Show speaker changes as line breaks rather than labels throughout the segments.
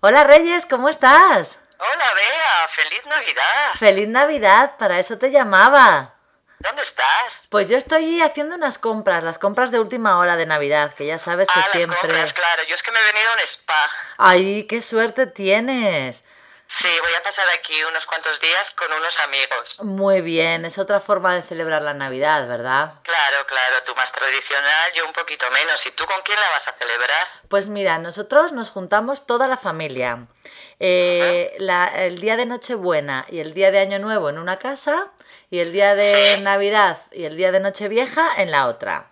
Hola Reyes, ¿cómo estás?
Hola Bea, feliz Navidad.
Feliz Navidad, para eso te llamaba.
¿Dónde estás?
Pues yo estoy haciendo unas compras, las compras de última hora de Navidad, que ya sabes que
ah, las
siempre...
compras, claro. Yo es que me he venido a un spa.
¡Ay, qué suerte tienes!
Sí, voy a pasar aquí unos cuantos días con unos amigos.
Muy bien, es otra forma de celebrar la Navidad, ¿verdad?
Claro, claro, tú más tradicional, yo un poquito menos. ¿Y tú con quién la vas a celebrar?
Pues mira, nosotros nos juntamos toda la familia. Eh, la- el día de Nochebuena y el día de Año Nuevo en una casa y el día de
Sí.
Navidad y el día de Nochevieja en la otra.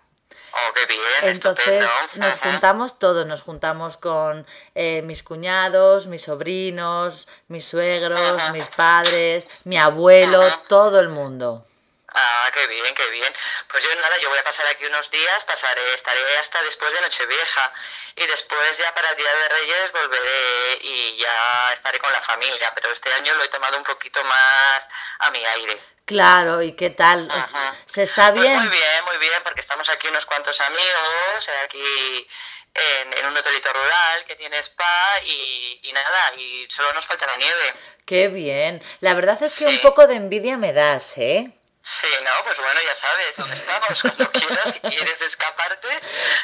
Oh, qué bien,
Entonces
estupendo.
nos
Ujú.
juntamos todos, nos juntamos con eh, mis cuñados, mis sobrinos, mis suegros,
Ajá.
mis padres, mi abuelo,
Ajá.
todo el mundo.
Ah, qué bien, qué bien. Pues yo nada, yo voy a pasar aquí unos días, pasaré, estaré hasta después de Nochevieja y después ya para el Día de Reyes volveré y ya estaré con la familia, pero este año lo he tomado un poquito más a mi aire.
Claro, ¿y qué tal? O sea,
Ajá.
¿Se está
Pues
Ah, bien?
muy bien, muy bien, porque estamos aquí unos cuantos amigos, eh, aquí en, en un hotelito rural que tiene spa y, y nada, y solo nos falta la nieve.
Qué bien. La verdad es que un
Sí.
poco de envidia me das, ¿eh?
Sí, no, pues bueno, ya sabes dónde estamos, cuando quieras, si quieres escaparte.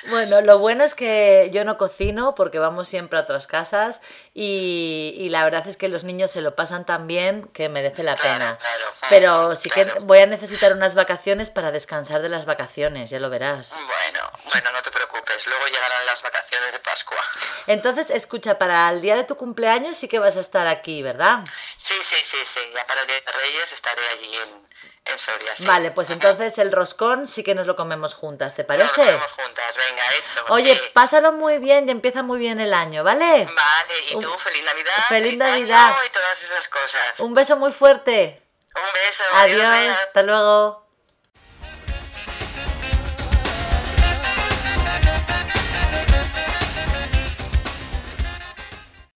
Bueno, lo bueno es que yo no cocino porque vamos siempre a otras casas y, y la verdad es que los niños se lo pasan tan bien que merece la
Claro,
pena.
claro,
Pero sí que
claro.
voy a necesitar unas vacaciones para descansar de las vacaciones, ya lo verás.
Mm. Bueno, bueno, no te preocupes, luego llegarán las vacaciones de Pascua.
Entonces, escucha, para el día de tu cumpleaños sí que vas a estar aquí, ¿verdad?
Sí, sí, sí, sí, ya para el Día de Reyes estaré allí en, en Soria. sí.
Vale, pues
Ajá.
entonces el roscón sí que nos lo comemos juntas, ¿te
Nos
parece?
vemos juntas, venga, hecho.
Oye,
sí.
pásalo muy bien y empieza muy bien el año, ¿vale?
Vale, y tú,
Un-
feliz Navidad.
feliz
año
Navidad.
Y todas esas cosas.
Un beso muy fuerte.
Un beso.
Adiós,
Bea.
hasta luego.